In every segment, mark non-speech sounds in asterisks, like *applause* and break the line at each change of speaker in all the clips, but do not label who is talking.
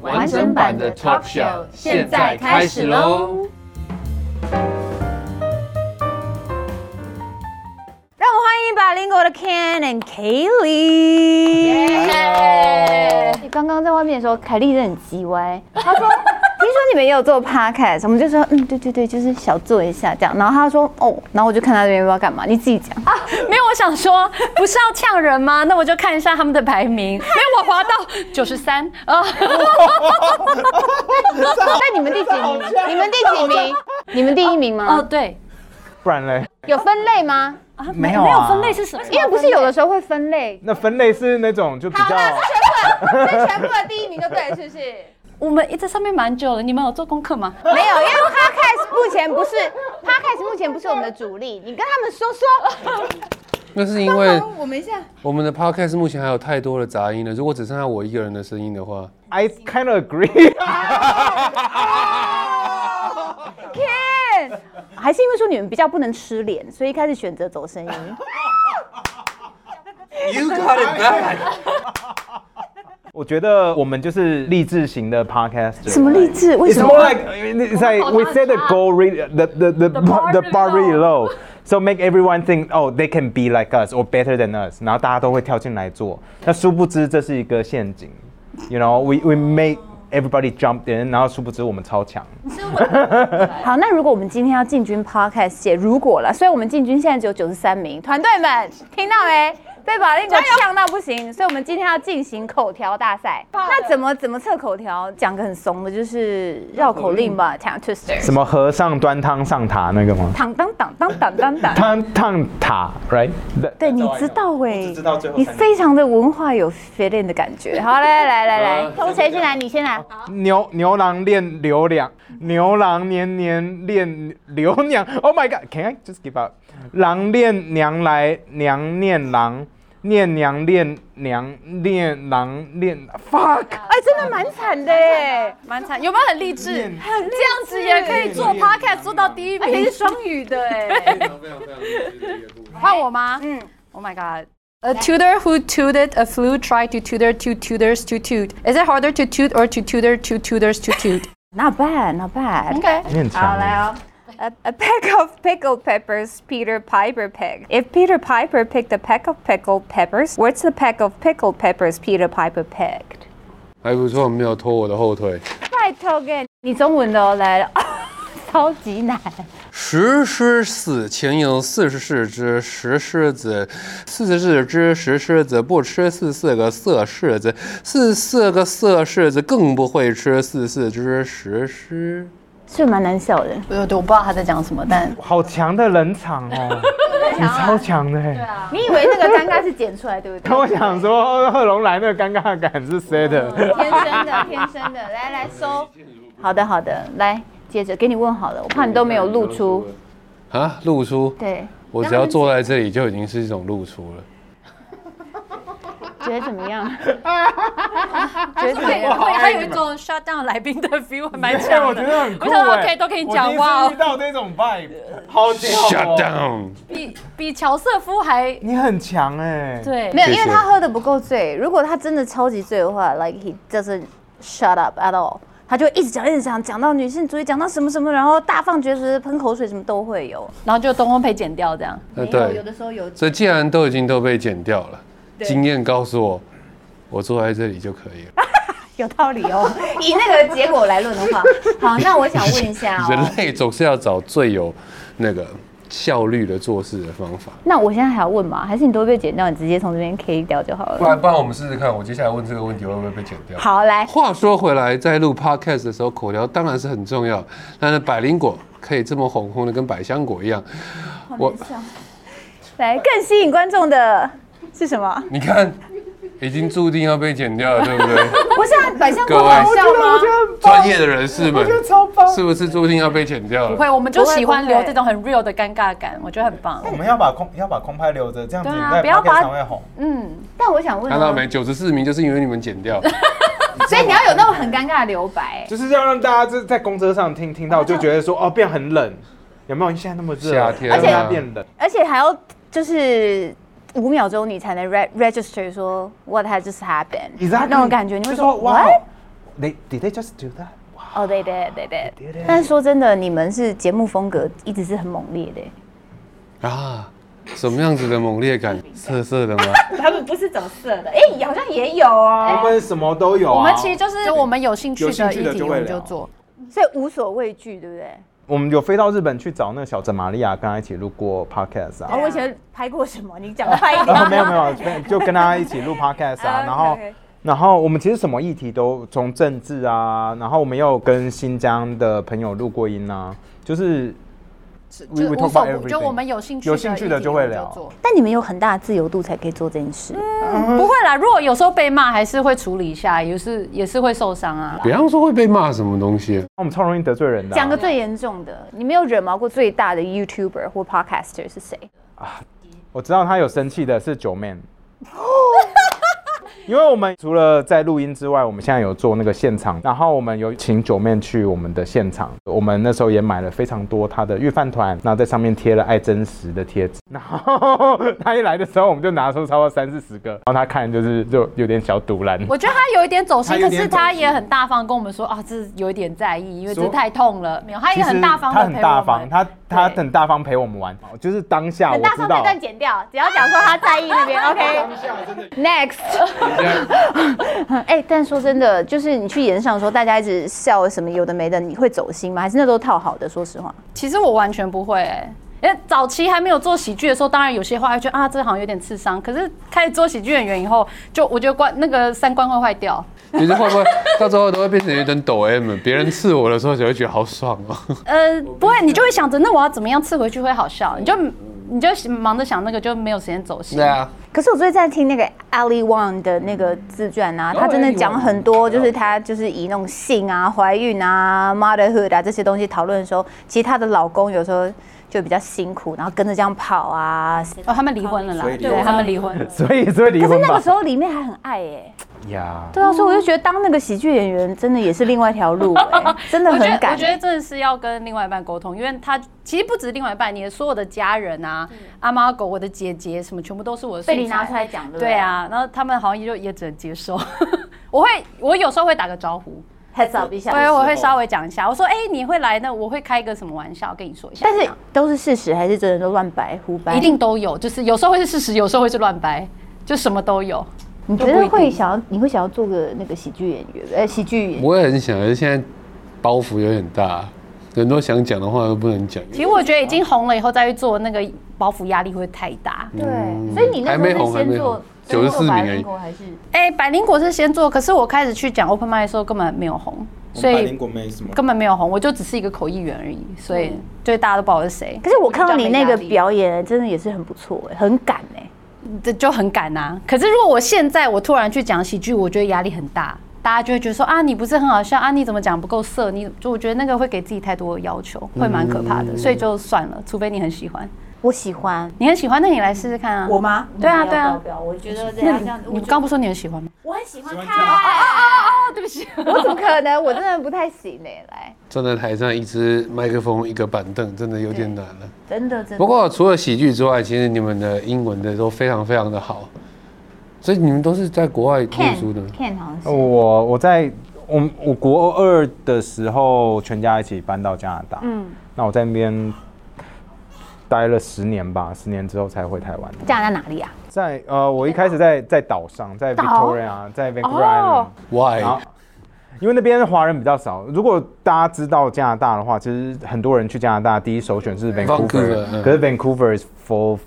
完整版的 talk show 现在开始喽！
让我欢迎百灵果的 Ken and Kaylee。
刚刚在外面的时候，凯莉真的很叽
*laughs*
歪，她说：“听说你们也有做 podcast。”我们就说：“嗯，对对对，就是小做一下这样。”然后她说：“哦。”然后我就看她这边不知道干嘛，你自己
*laughs*
讲。
没有，我想说，不是要呛人吗？那我就看一下他们的排名。没有，我滑到九十三啊，
那你们第几名？你们第几名？你们第一名
哦，
吗？
对，
不然嘞，
有分类吗？
没有
没有
啊
分类是什么？
因为不是有的时候会分类。
那分类是那种就比较
*laughs* 是全部的第一名就对，是不是？
我们在上面蛮久了，你们有做功课吗？
没有，因为 podcast 目前不是 podcast 目前不是我们的主力，你跟他们说说。
那是因为
我们一下。
我们的 podcast 目前还有太多的杂音了，如果只剩下我一个人的声音
*laughs*
的话，
I kind of agree， *laughs*
Ken，还是因为说你们比较不能吃脸，所以一开始选择走声音。
我觉得我们就是励志型的 podcast。
什么励志？为
It's
什
more
么？
like it's like we set the goal really the the the the bar,
The bar really
really low, so make everyone think oh they can be like us or better than us，然后大家都会跳进来做。那殊不知这是一个陷阱，you know we we make everybody jump in，然后殊不知我们超强。
好，那如果我们今天要进军 podcast 界，如果了，虽然我们进军现在只有九十三名，团队们听到没？被保令哥呛到不行，所以我们今天要进行口条大赛。那怎么怎么测口条？讲个很怂的，就是绕口令吧，讲 twister，
什么和尚端汤上塔那个吗？
当当当当当当当。
汤汤塔，right？
对，你知道哎、
知道最后
你
三名
非常的文化有 feeling 的感 *laughs* 觉。好，来来来来来，谁先来？你先来。
牛牛郎恋刘娘，牛郎年年恋刘娘。Oh my god，can I just give up？郎恋娘来，娘念郎，念娘恋娘，恋郎恋 fuck。
哎，真的蛮惨的哎，
蛮惨，有没有很励志？
念
这样子也可以做 podcast 做到第一
而且
名
是。双语
*laughs*
的哎。
非常非常非常励志的一个故事。
换我吗？嗯，Oh my god。A tutor who tutored a flute tried to tutor two tutors to toot. Is it harder to toot or to tutor two tutors to
*laughs*
toot?
Not bad, not bad.
Okay.
你很强欸
啊
耶。
A, a peck of pickled peppers Peter Piper picked. If Peter Piper picked a peck of pickled peppers, what's the peck of pickled peppers Peter Piper picked?
还不错，没有拖我的后腿。
拜托给你中文的哦来了， *laughs* 超级难。
石狮死前有四十四只石狮子，四十四只石狮子不吃四四个色柿子，四四个色柿子更不会吃四四只石狮。
是蛮难笑的，
对对，我不知道他在讲什么，但
好强的冷场
*laughs*
哦，
啊
你超强的耶。欸
你以为那个尴尬是剪出来对不 *laughs* 对？
跟我想说，贺龙来那个尴尬感是谁的？
天生的，天生的，来来收。好的好的，来接着给你问好了，我怕你都没有露出。
啊，露出！
对，
我只要坐在这里就已经是一种露出了。
觉得怎么样？
觉得会会还有一种 shut down 来宾的 feel 还
*laughs*
蛮强的。
哎我觉得很酷
我想说
耶
OK，都可以
我
讲
第一次
话哦
遇到这种 vibe，好屌哦
Shut down！
比比乔瑟夫还
你很强哎。
对，
没有，
谢
因
谢
为他喝的不够醉。如果他真的超级醉的话，like he doesn't shut up at all，他就一直讲，一直讲，讲到女性主义，讲到什么什么，然后大放厥词，喷口水，什么都会有。
然后就东烘焙剪掉这样。
那对，
时候有。
所以既然都已经都被剪掉了，经验告诉我，我坐在这里就可以了。
有道理哦，以那个结果来论的
*laughs*
话，好，那我想问一下哦
人，类总是要找最有那个效率的做事的方法。
那我现在还要问吗？还是你都被剪掉，你直接从这边 K 掉就好
不
了？
然，不然我们试试看，我接下来问这个问题会不会被剪掉？
好，来，
话说回来，在录 podcast 的时候，口条当然是很重要。但是百灵果可以这么红红的，跟百香果一样。我
来更吸引观众的是什么？
你看，已经注定要被剪掉了，对不对？
*laughs* 不是啊，百香果
各位
好笑
我
吗
觉？得很棒，
专业的人士们
我觉得超棒。
是不是注定要被剪掉
不 *laughs*
了？
会，我们就
哦不会
喜欢
不会
留这种很 real 的尴尬感，我觉得很棒。
我们要把空要把空拍留着，这样子
对
你
啊
在
不要
p o
把
上会红。
嗯，
但我想问
看到
哦，
没？九十四名就是因为你们剪掉， *laughs*
所以你要有那种很尴尬的留
哎
白，
就是要让大家在在公车上听听到，就觉得说哦变很冷，有没有？现在那么热，
夏天
而且
啊
变冷，
而且还要就是五秒钟你才能 re- register 说 what had just happened，那种感觉，你会说 what？
，They did they just do that？
哦，对对对对。
哎
但是说真的，你们是节目风格一直是很猛烈的，
啊，什么样子的猛烈感？色色的吗？
他们不是走色的，
哎，好像也有哦。
我们什么都有啊。
我们其实就是我们有兴趣
有兴
的
趣
议
的
题，
就
我
会
们就
聊
做。
所以无所畏惧，对不啊对？
我们有飞到日本去找那个小泽玛利亚，跟她一起录过 podcast 啊
哦，。我以前拍过什么？你讲快一
啊
点。
*laughs* 没有没有，就跟她一起录 podcast 啊，然后。然后我们其实什么议题都从政治啊，然后我们也有跟新疆的朋友录过音啊，就是
就
we
无
talk
所
about
不，就我
everything
们有兴趣
有兴趣
议
的
题
就
我们
会聊
做
*laughs* 但你们有很大的自由度才可以做这件事。
不会啦，如果有时候被骂，还是会处理一下，也是也是会受伤啊。
比方说会被骂什么东西？
我们超容易得罪人的啊、
讲个最严重的，你们有惹毛过最大的 YouTuber 或 Podcaster 是谁？
我知道他有生气的是九 man，因为我们除了在录音之外，我们现在有做那个现场，然后我们有请九 man 去我们的现场，我们那时候也买了非常多他的御饭团，然后在上面贴了爱真实的贴纸，然后他一来的时候，我们就拿出超过三四十个，然后他看就是就有点小独蓝，
我觉得他有一点走心，
他有
可
点
是他也很大方跟我们说啊，这有一点在意，因为这
说
太痛了。没有，他也很大方
他
的
很
陪
大
我
方，
们。欸
他他
对
很大方陪我们玩，就是当下我
大
知
方那
道。
段剪掉，只要讲说他在意那
*laughs*
边，OK。Next，哎、 *laughs* 但说真的，就是你去演上的时候，大家一直笑什么有的没的，你会走心吗？还是那都套好的？说实话，
其实我完全不会、欸，因为早期还没有做喜剧的时候，当然有些话会觉得啊，这好像有点刺伤。可是开始做喜剧演员以后，就我觉得关那个三观会坏掉。
你这会不会到最后都会变成有点抖 M？别人刺我的时候才会觉得好爽哦。 *laughs*
呃，不会，你就会想着那我要怎么样刺回去会好笑，你就你就忙着想那个，就没有时间走心。
啊，
可是我最近在听那个 Ali Wong 的那个自传啊，他真的讲很多，就是他就是以那种性啊、怀孕啊、motherhood 啊这些东西讨论的时候，其实她的老公有时候就比较辛苦，然后跟着这样跑啊。
哦，他们离婚了啦，对，他们离婚了。
所以所以离
可是
婚
那
吧
个时候里面还很爱耶、
呀，
对啊，所以我就觉得当那个喜剧演员真的也是另外一条路、哎 *laughs* *laughs* 真的
我
很
觉得
感。
我觉得真的是要跟另外一半沟通，因为他其实不止另外一半，你的所有的家人啊、阿猫阿狗、我的姐姐什么，全部都是我的素
嗯
材
被你拿出来讲，对不对？
对啊，然后他们好像也就也只能接受。 *laughs* 我会，我有时候会打个招呼，
，heads up 一下。
对，我会稍微讲一下，我说，哎、你会来呢，我会开个什么玩笑跟你说一下。
但是都是事实，还是真的都乱掰胡掰？
一定都有，就是有时候会是事实，有时候会是乱掰，就什么都有。
你觉得会想要，你会想要做个那个喜剧演员？呃，喜剧演员。
我也很想，可是现在包袱有点大，很多想讲的话都不能讲。
其实我觉得已经红了以后再去做那个包袱压力会太大。
对，所以你那时候是
还没红还
先
没
做
红94名而已
英国还是？
哎、百灵果是先做，可是我开始去讲 open mic 的时候根本没有红，所以
果没什么
根本没有红，我就只是一个口译员而已，所以对大家都不知道我是谁，
可是我看到你那个表演，真的也是很不错哎，很敢哎。
这就很赶呐、可是如果我现在我突然去讲喜剧，我觉得压力很大，大家就会觉得说啊，你不是很好笑啊，你怎么讲不够色？你就我觉得那个会给自己太多的要求，会蛮可怕的，所以就算了，除非你很喜欢，
我喜欢，
你很喜欢，那你来试试看啊。
我吗？
对啊对啊，
表我觉得这
那
样这
你
样，
你刚不说你很喜欢吗？
我很喜欢看。
我怎么可能？我真的不太行哎，来，
站在台上，一支麦克风，一个板凳，真的有点难了。
真的真
不
的。
过除了喜剧之外，其实你们的英文的都非常非常的好，所以你们都是在国外念书的
Ken。Ken 好像是
呃我我在我我国二的时候，全家一起搬到加拿大。嗯，那我在那边待了十年吧，十年之后才回台湾。
家在哪里啊？
在呃，我一开始在在岛上，在 Victoria，在
哦
Vancouver，、Island，然
Why？
后因为那边华人比较少。如果大家知道加拿大的话，其实很多人去加拿大第一首选是 Vancouver，
Vancouver，嗯
可是 Vancouver is full of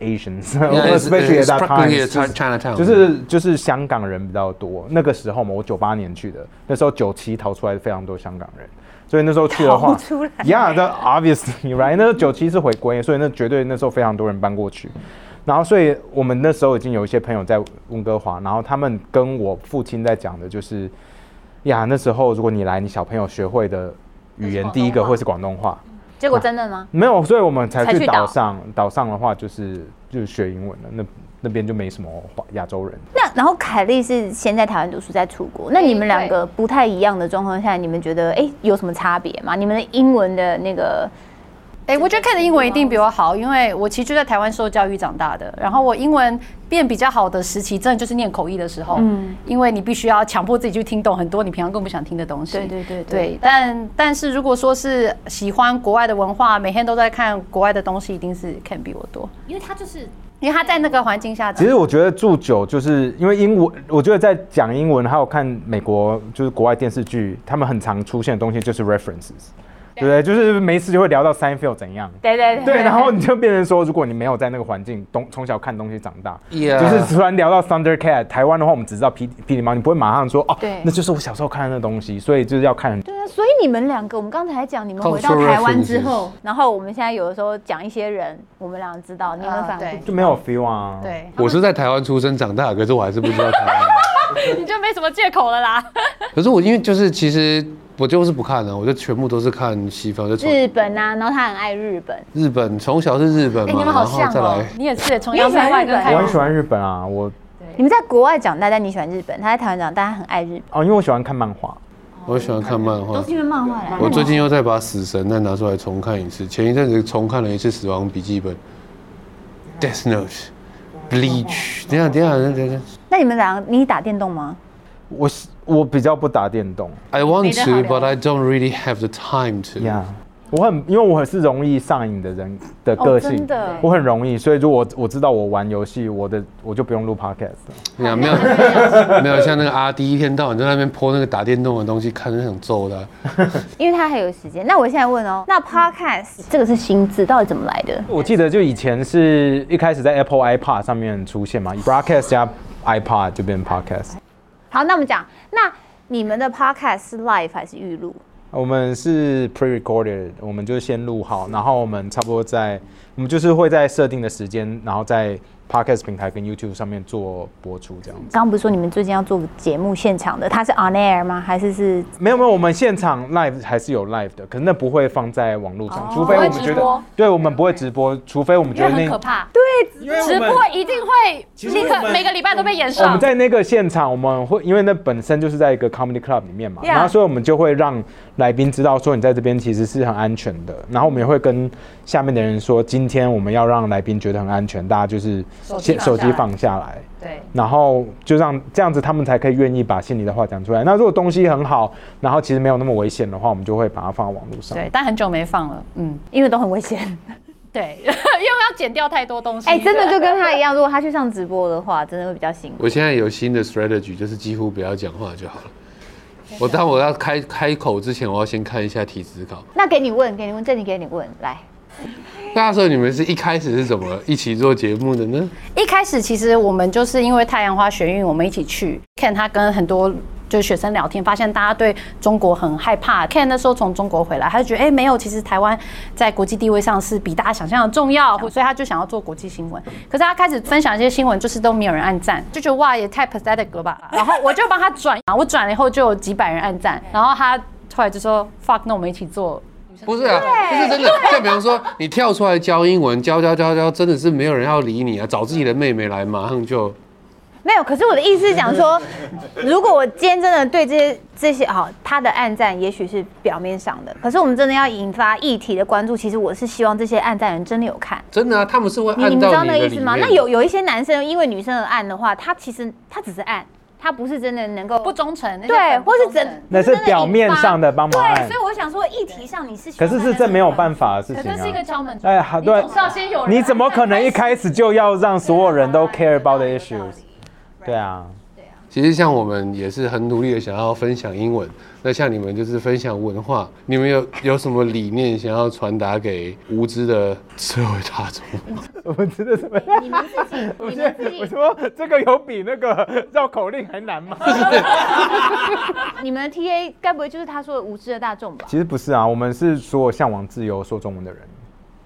*laughs*
it's-
Asians，especially at
it's
that
practically
time，
a Chinatown
就是就是香港人比较多。那个时候嘛，我九八年去的，那时候九七逃出来非常多香港人，所以那时候去的话，Yeah，that obviously right，那时候九七是回归，所以那绝对那时候非常多人搬过去。然后所以我们那时候已经有一些朋友在温哥华，然后他们跟我父亲在讲的就是，呀，那时候如果你来，你小朋友学会的语言第一个会是广东话。
结果真的吗？
没有，所以我们才
才去
去岛
岛
上。岛上的话就是就是学英文的，那那边就没什么华亚洲人。
那然后凯莉是先在台湾读书，再出国。那你们两个不太一样的状况下，你们觉得哎、有什么差别吗？你们的英文的那个
哎、我觉得 K 的英文一定比我好，因为我其实就在台湾受教育长大的。然后我英文变比较好的时期，真的就是念口译的时候，嗯，因为你必须要强迫自己去听懂很多你平常更不想听的东西。
对对对对
对。但但是如果说是喜欢国外的文化，每天都在看国外的东西，一定是 Ken 比我多，
因为他就是
因为他在那个环境下长大。
其实我觉得住久就是因为英文，我觉得在讲英文，还有看美国就是国外电视剧，他们很常出现的东西就是 references，对不对？就是没事就会聊到 Seinfeld 怎样。
对对对
对，然后你就变成说，如果你没有在那个环境东从小看东西长大
Yeah
就是突然聊到 Thundercat，台湾的话我们只知道霹霹雳猫，你不会马上说哦
对，
那就是我小时候看的那东西，所以就是要看很
对啊，所以你们两个，我们刚才讲你们回到
Cultural
台湾之
references
后，然后我们现在有的时候讲一些人，我们两个知道，你们
啊
反而
对
不
就没有 feel 啊。，
对，
我是在台湾出生长大，可是我还是不知道台湾。
*laughs* 你就没什么借口了啦。
可是我因为就是其实我就是不看了、啊我就全部都是看西方，就从
日本啊，然后他很爱日本，
日本从小是日本
哎、
嘛，
你们好
然后
像
再
哦
来，
你也是从
你也
阳
喜欢
明外跟
日本
开
我
始
很喜欢日本啊，我
你们在国外长大，但你喜欢日本，他在台湾长大，他很爱日
哦，因为我喜欢看漫画。
我喜欢看漫
本，
画
都。是因为漫画来的。
我最近又再把《死神》再拿出来重看一次，前一阵子重看了一次《死亡笔记本》，Death Note。Bleach，等一下等一下等一下等一下
那你们两个，你打电动吗？
我是我比较不打电动
，I want to, but I don't really have the time to。
呀我很因为我是容易上瘾的人的个性，
哦真的
我很容易，所以如果我我知道我玩游戏，我的我就不用录 podcast 了。
对啊，没有没有像那个阿迪一天到晚在那边泼那个打电动的啊东西，看着想揍他。
因为他还有时间。那我现在问哦，那 podcast 这个是新字，到底怎么来的？
我记得就以前是一开始在 Apple iPod 上面出现嘛，broadcast 加 iPod 就变 podcast。
好，那我们讲，那你们的 podcast 是 live 还是预录？
我们是 pre-recorded，我们就先录好，然后我们差不多在我们就是会在设定的时间，然后在 podcast 平台跟 YouTube 上面做播出这样子。
刚刚不是说你们最近要做个节目现场的，它是 on air 吗？还是是
没有没有，我们现场 live 还是有 live 的，可是那不会放在网络上，除非我们觉
哦不会直
得
播，
对我们不会直播，除非我们觉
因
得
为很可
那。
怕。
因为我
直
们
播一定会
实
立
我
刻
们
每个礼拜都被演
我们
上。
在那个现场，我们会因为那本身就是在一个 comedy club 里面嘛
Yeah
然后所以我们就会让来宾知道说你在这边其实是很安全的，然后我们也会跟下面的人说，今天我们要让来宾觉得很安全，大家就是
机
先
放
手
下
机
来
放下来，
对，
然后就让这样子他们才可以愿意把心里的话讲出来。那如果东西很好，然后其实没有那么危险的话，我们就会把它放到网络上。
对，但很久没放了，嗯，
因为都很危险？
对， *laughs* 因为要剪掉太多东
*laughs*
西。
哎、真的就跟他一样，如果他去上直播的话，真的会比较辛苦。
我现在有新的 strategy，就是几乎不要讲话就好了。我当我要开开口之前，我要先看一下体脂考。
那给你问，给你问，这里给你问，来，
那时候你们是一开始是怎么一起做节目的呢？
一开始其实我们就是因为太阳花学运，我们一起去看他跟很多。就是学生聊天，发现大家对中国很害怕。Ken 那时候从中国回来，他就觉得，哎、没有，其实台湾在国际地位上是比大家想象的重要，所以他就想要做国际新闻。可是他开始分享一些新闻，就是都没有人按赞，就觉得哇，也太 pathetic 了
*laughs*
吧。然后我就帮他转，啊我转了以后就有几百人按赞，然后他后来就说 fuck，那我们一起做
不是啊，就是真的。像比方说，你跳出来教英文，教教教教，真的是没有人要理你啊！找自己的妹妹来，马上就
没有，可是我的意思是讲说，如果我今天真的对这些这些好，他的暗赞也许是表面上
嗯
的，可是我们真的要引发议题的关注，其实我是希望这些暗赞人真的有看。
真的啊，他们是会
你你
按
们知道
照
那个
你的
意
理
思
念。
吗？那有有一些男生因为女生而按的话，他其实他只是按，他不是真的能够
不忠诚，那些
对，
粉不
或是
忠诚
整
那是表面上的帮忙
对，
按
所以，我想说议题上你是需
可
要
是是这没有办法的事
可
情
这是一个
啊。
敲门砖，
哎，好对
你总，是要先有人
你怎么可能一开始就要让所有人都 care about the issues？对啊，
其实像我们也是很努力的想要分享英文，那像你们就是分享文化，你们有有什么理念想要传达给无知的社会大众？
我们真的是没有。
你们自己，你们自
我
己，
说这个有比那个绕口令还难 *laughs* 吗？
你们的 TA 该不会就是他说的无知的大众吧？
其实不是啊，我们是所有向往自由说中文的人。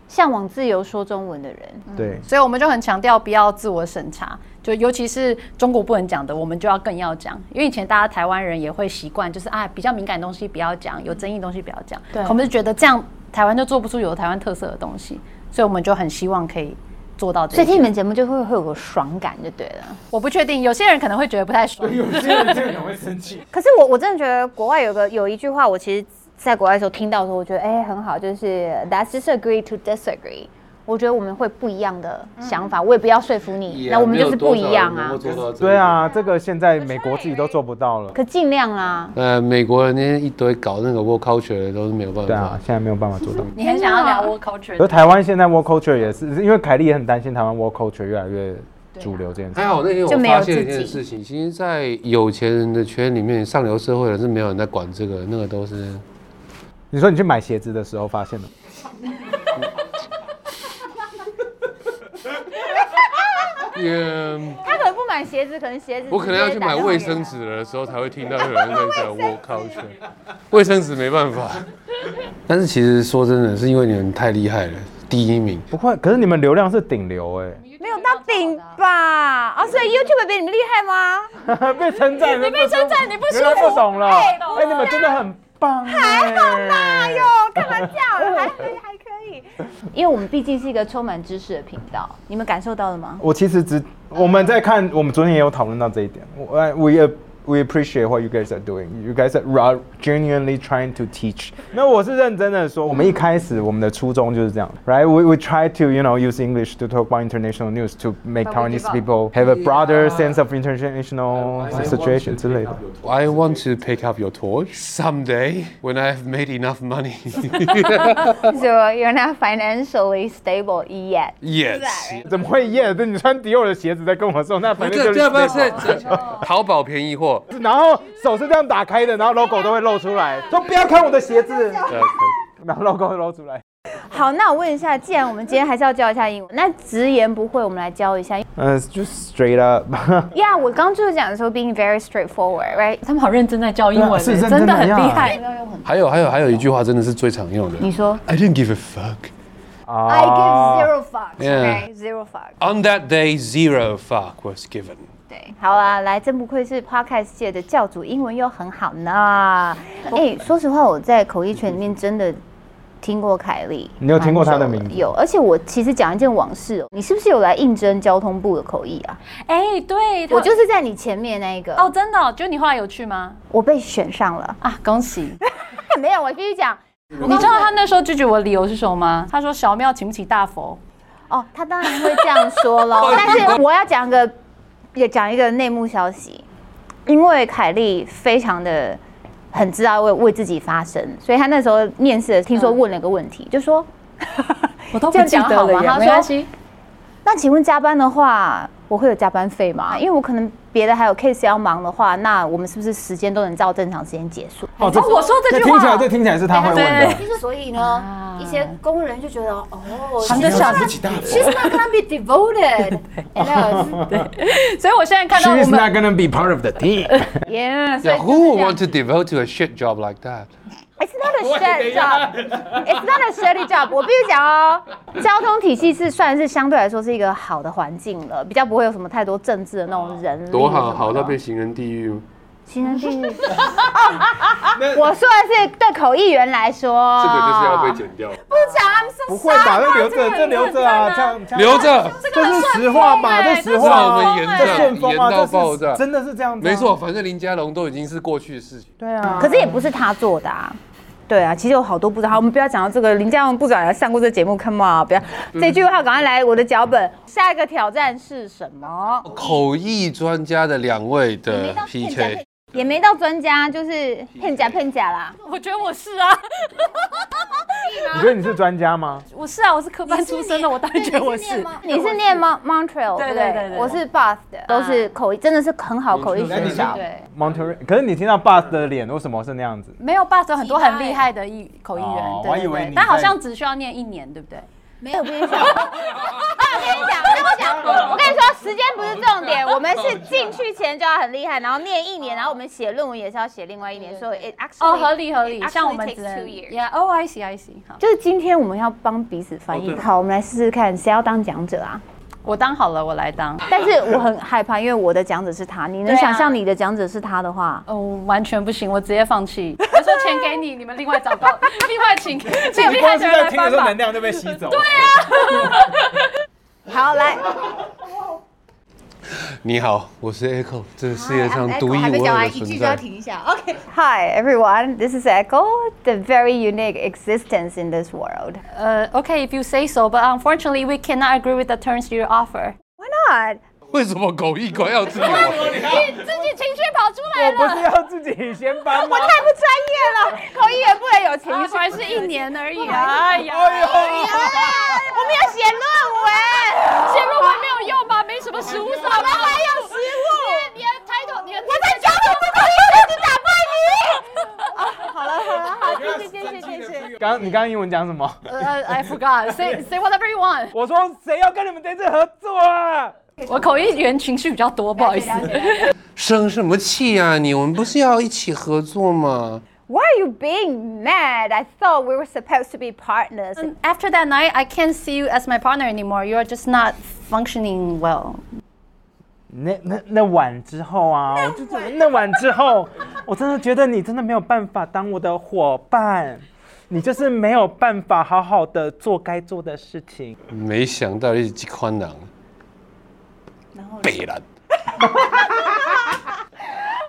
向往自由说中文的人。
对，
所以我们就很强调不要自我审查，就尤其是中国不能讲的，我们就要更要讲。因为以前大家台湾人也会习惯，就是啊比较敏感的东西不要讲，有争议的东西不要讲。
对
可我们就觉得这样台湾就做不出有台湾特色的东西，所以我们就很希望可以做到这
所
一
以听你
点。
们节目就会会有个爽感就对了。
我不确定，有些人可能会觉得不太 *laughs* 爽。
有些人这个很会生气。
可是我我真的觉得国外有个有一句话，我其实在国外的时候听到的时候，我觉得哎、很好，就是 That's just agree to disagree。我觉得我们会不一样的想法，我也不要说服你，那我们就是不一样啊。
对，啊，这个现在美国自己都做不到了。
可尽量啊啦，
呃，美国人那些一堆搞那个 work culture 的都是没有办
对啊
法，。
现在没有办法做到。
你很想要聊 work culture，
而台湾现在 work culture 也是，因为凯莉也很担心台湾 work culture 越来越
啊
主流这件事。
还好那天我
就没有
发现一
自己
件事情，其实，在有钱人的圈里面，上流社会人是没有人在管这个，那个都是
你说你去买鞋子的时候发现的，
也。
他可能不买鞋子，可能鞋子
我可能要去买卫生纸的时候才会听到有人在讲我靠去， *laughs* 卫生纸没办法。但是其实说真的，是因为你们太厉害了，第一名。
不会，可是你们流量是顶流哎、
没有到顶吧？啊，所以 YouTube 比你们厉害吗？
*laughs* 被称赞，你被称赞，你不原来不懂了，哎、
啊
你们真的很棒、欸还好啦，有
哦，干嘛这样？还可以，还可以。因为我们毕竟是一个充满知识的频道，你们感受到了吗？
我其实只我们在看，我们昨天也有讨论到这一点。我 I- we ap- we appreciate what you guys are doing. You guys are ra- genuinely trying to teach. 那我是认真的说，我们一开始我们的初衷就是这样，right? We we try to you know use English to talk about international news to make Taiwanese people have a broader sense of international situation 之类的。
I want to pick up your torch someday when I have made enough money.
So you're not financially stable yet.
*laughs* *laughs* yes.
怎么会耶？对你穿迪奥的鞋子在跟我说，那
*laughs*
反正就
这
是
这不是 *laughs* 淘宝便宜货。
然后手是这样打开的，然后 logo 都会露出来，说不要看我的鞋子，
对可
然后 logo 会露出来。
好，那我问一下，既然我们今天还是要教一下英文，那直言不讳，我们来教一下。
嗯，就 straight up，
Yeah，我刚就是讲的说，being very straightforward，right？
他们好认真在教英文
对啊是
欸，
认
真
真
的
的
很
呀
厉害。
以还有还有还有一句话真的是最常用的。
你说
I didn't give a fuck.
啊
I give zero fuck，
Yeah.
right？Zero fuck。
On that day, zero fuck was given.
对，好啦，来，真不愧是 podcast 界的教主，英文又很好呢。哎，说实话，我在口译圈里面真的听过凯莉，
你有听过她的名字
蛮久了有，而且我其实讲一件往事哦，你是不是有来应征交通部的口译啊？
*laughs* 哎，对，他
我就是在你前面那一个，
哦，
啊哦，
真的哦，就你后来有去吗？
我被选上了。
啊，恭喜！
哎没有，我必须讲。
*laughs* 你知道他那时候拒绝我的理由是什么吗？他说小庙请不起大佛。
哦，他当然会这样说喽。
*laughs* 哎
但是我要讲个，也讲一个内幕消息，因为凯莉非常的很知道为为自己发声，所以她那时候面试的听说问了个问题，就说
我都
这样讲好吗
耶
他说
没关系。
那请问加班的话，我会有加班费吗？因为我可能别的还有 case 要忙的话，那我们是不是时间都能照正常时间结束？
哦，
哦我说这句
听起
话
来，这听起来是他会问的。
就是所以呢，一些工人就觉得哦
他们就笑。
，she's not gonna be *laughs* devoted and us，
所以我现在看到
She
我
is
们
not gonna be part of the team.
yeah，所以
Yeah,
啊
who would want to devote to a shit job like that?
It's not a shitty job. It's not a shitty job. 我必须讲哦，交通体系是算是相对来说是一个好的环境了，比较不会有什么太多政治的那种人
*laughs*
力
多
什
好，
么的
好到变行人地狱吗？
行人地狱。哦我说的是对口译员来说，
这个就是要被剪掉。 *laughs*
不讲，I'm so
不会吧？这留着，这留着啊，这样这样
留着，
这是实话吧？这实
让我
话，
们沿
这
着
旋
沿
风啊，
到爆
这
炸
是。真的是这样子。
*laughs*
啊
没错，，反正林家龙都已经是过去的事情。
对啊。
可是也不是他做的啊。对啊，其实有好多部长。好，我们不要讲到这个。林佳龙部长也上过这个节目，Come on，不要这句话，赶快来我的脚本。嗯下一个挑战是什么？
口译专家的两位的 PK，
也没到专家，就是骗假骗假啦。
我觉得我是啊，
你觉得你是专家吗？
我是啊，我是科班出身的，我当然觉得我是。
你是念 Mon Montreal
对对
对不对
对对啊
我是 Bath 的，都是口译，真的是很好口译学校。
对，
哎 Monterey，可是你听到 Bus 的脸为什么是那样子？
没有 b u 有很多很厉害的译口译员
哦，
对
我还
对
以为
对
你
但好
在
像只需要念一年，对不对？
没有，我跟你讲，啊，我跟你讲，我跟你讲，我跟你说，时间不是重点，我们是进去前就要很厉害，然后念一年，然后我们写论文也是要写另外一年，所以 it actually
哦，合理合理
it，actually
像我们
takes
只能
two years
yeah，哦，I see I see，好，
就是今天我们要帮彼此翻
哦
译。
对
好，我们来试试看谁要当讲者啊？
我当好了，我来当。
但是我很害怕，因为我的讲者是他。你能
对啊
想象你的讲者是他的话，
哦，完全不行，我直接放弃。我说钱给你，你们另外找到，另外
*laughs*
请请厉害的人来啊帮忙。
量就被吸走。对啊，
好来，
你好，我是 Echo，这是世界上
哎
独
我
一
还没
无
讲
二
完，
的
一句
存
就要
在。
停一下。OK，
Hi everyone, this is Echo, the very unique existence in this world.
呃，OK，if you say so，but unfortunately we cannot agree with the terms you offer。
Why not?
为什么狗一狗要自由？哎
自己情绪跑出来
不是要自己先搬吗？
太不专业了，口译员不能有情
啊
绪。
果然是一年而已啊！哎呀，
我们有写论文，
写论文没有用吧？没什么实物上吧？还有实物？你的 title，你的
我在教你不可以自己打败你。啊，好了好了，好，谢谢谢谢谢谢。
刚刚你刚刚英文讲什么？
呃，I forgot. Say say whatever you want.
我说谁要跟你们这次合作啊？
我口译员情绪比较多，不好意思。
生什么气啊你？我们不是要一起合作吗？
Why are you being mad? I thought we were supposed to be partners.
And After that night, I can't see you as my partner anymore. You are just not functioning well.
那那那晚之后啊，我就觉得那晚之后， *laughs* 我真的觉得你真的没有办法当我的伙伴，你就是没有办法好好的做该做的事情。
没想到你是这款人，北人。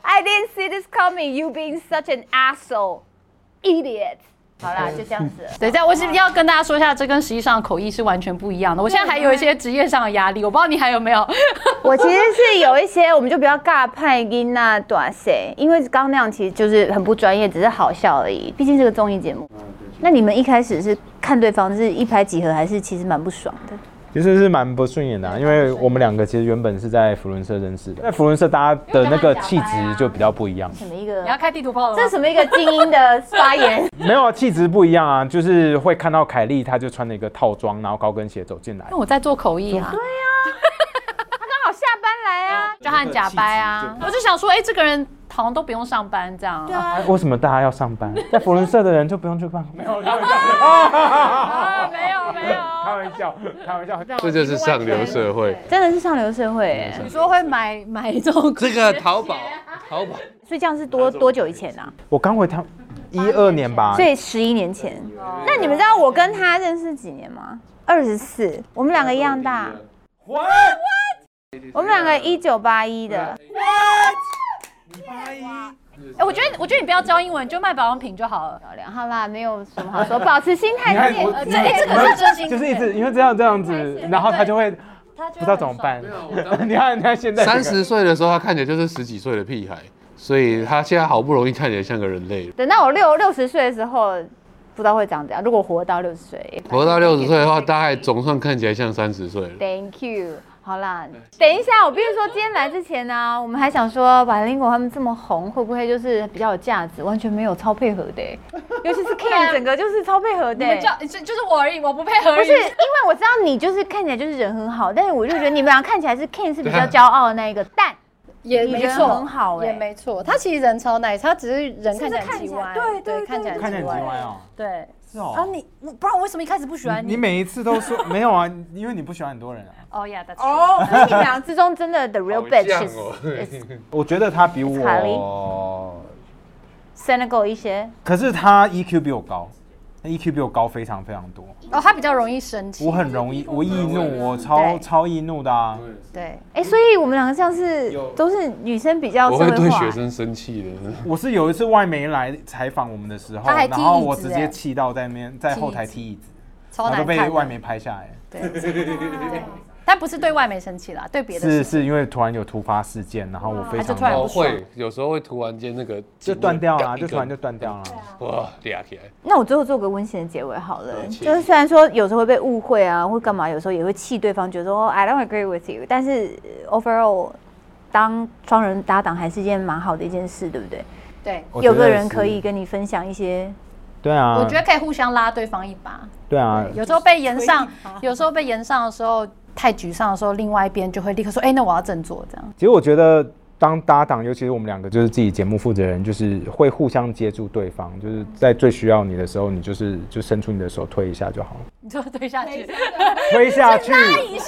I didn't see this coming. You being such an asshole, idiot. 好啦，就这样子了。
等一下，我是要跟大家说一下，这跟实际上的口译是完全不一样的。我现在还有一些职业上的压力，我不知道你还有没有。
我其实是有一些，我们就不要尬派音呐、短谁，因为刚刚那样其实就是很不专业，只是好笑而已。毕竟是个综艺节目。那你们一开始是看对方是一拍即合，还是其实蛮不爽的？
其实是蛮不顺眼的、啊，因为我们两个其实原本是在福伦社认识的，在福伦社大家的那个气质就比较不一样，
什么一个
你？要开地图炮了
这是
吗？
什么一个精英的发 *laughs* 言？
没有啊，气质不一样啊，就是会看到凯莉她就穿了一个套装，然后高跟鞋走进来
因为，我在做口译啊，
刚好下班来啊！
哦就和假掰啊。我就想说，哎，这个人好像都不用上班这样。对啊，
哎为什么大家要上
*laughs*
班？在福伦社的人就不用去办？没有，
啊没有没有。
*laughs* 开玩笑，开玩笑，
这就是上流社会。
真的是上流社会欸，
你说会买买这种
这个淘宝，
啊
淘宝
所以这样是多多久以前啊？
我刚回台一二年吧
*laughs*
所，以十一年前。那你们知道我跟他认识几年吗？二十四，我们两个一样大。我们两个一九八一的，
哎、我觉得我觉得你不要教英文，你就卖保养品就好了。
漂亮。好啦，没有什么好说，保持心态健康。
这、哎这个是真心，
嗯就是一直因为这样这样子，然后他就会不知道怎么办。 *laughs* 你看，你看现在这个
三十岁的时候，他看起来就是十几岁的屁孩，所以他现在好不容易看起来像个人类。
等到我六六十岁的时候，不知道会长怎样。如果活到六十岁
活到六十岁的话，大概总算看起来像三十岁了。
，Thank you。好啦，等一下，我必须说，今天来之前呢、我们还想说，百灵果他们这么红，会不会就是比较有价值？完全没有，超配合的、 *laughs* 欸，尤其是 Ken 整个就是超配合的、
你们
欸。
叫就就是我而已，我不配合而
不
已。
是，因为我知道你就是看起来就是人很好，但是我就觉得你们俩看起来是 Ken 是比较骄傲的那一个，但
也
你人很好哎
也没错。欸他其实人超 nice，他只是人看起来
是不是看
很
起
叽
来
歪，
对对对
看起来
看起来很奇怪哦。
对
是
啊，
哦，
你我不然我为什么一开始不喜欢
你
你？
每一次都说没有啊，因为你不喜欢很多人啊。
哦呀，that's true。
哦，所以你们俩之中真的
*laughs*
the real bitch
哦
is
*laughs* 我觉得他比
卡
我，
cynical 一些。
可是他 EQ 比我高。他 EQ 比我高非常非常多，
哦，他比较容易生气
我。很容易，我易怒，我超
对
超易怒的啊！
对，哎，所以我们两个像是都是女生比
嗯
较
我
社
会
会
对
化
学。生生气的，
我是有一次外媒来采访我们的时候，
他还踢
然
椅子
后我直接
欸
气到在那边在后台
踢
踢椅子，
超
然后
难
都被
看
外
的。
媒拍下来。
但不是对外媒生气啦，对别的
是
事。啊
是因为突然有突发事件，然后我非
他就
常
突然
的
不
我
爽
会有时候会突然间那个
就断掉了啊，
一
就
根
突然就断掉了啊。
哇俩起来，
那我最后做个温馨的结尾好了，
请
就是虽然说有时候会被误会啊，或干嘛，有时候也会气对方，觉得说哦 I don't agree with you，但是呃 overall 当双人搭档还是一件蛮好的一件事，对不对？
对，啊
我觉
有
得
个人
是
可以跟你分享一些
对啊，
我觉得可以互相拉对方一把。
对啊，
有时候被延上，有时候被延上的时候，太沮丧的时候，另外一边就会立刻说：“哎、那我要振作。”这样。
其实我觉得当搭档，尤其是我们两个就是自己节目负责人，就是会互相接住对方，就是在最需要你的时候，你就是就伸出你的手推一下就好了，
你就推下去，
推下去，
一下，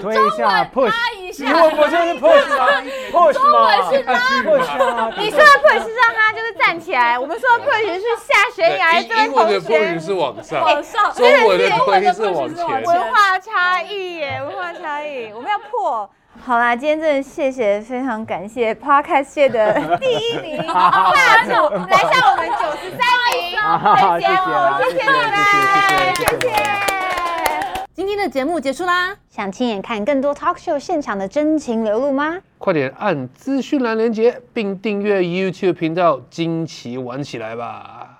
推一下，push，
一下
你我我就是 push 吗？push 吗？push 吗？
*laughs* 你说的 push 是让他就是站起来，我们说的 push 是下悬崖，这
英
位
英文的
同
p u s
学
h 是往上，
往上
中文的 p u s h 是往前。
文化差异耶，文化差异，我们要破。好啦，今天真的谢谢，非常感谢 Podcast 界 *laughs* 的第一名霸主来上我们九十
啊
三名的节目，谢谢你们，
谢谢谢谢谢谢
谢谢。
今天的节目结束啦，
想亲眼看更多 talk show 现场的真情流露吗？
快点按资讯栏连接，并订阅 YouTube 频道，惊奇玩起来吧！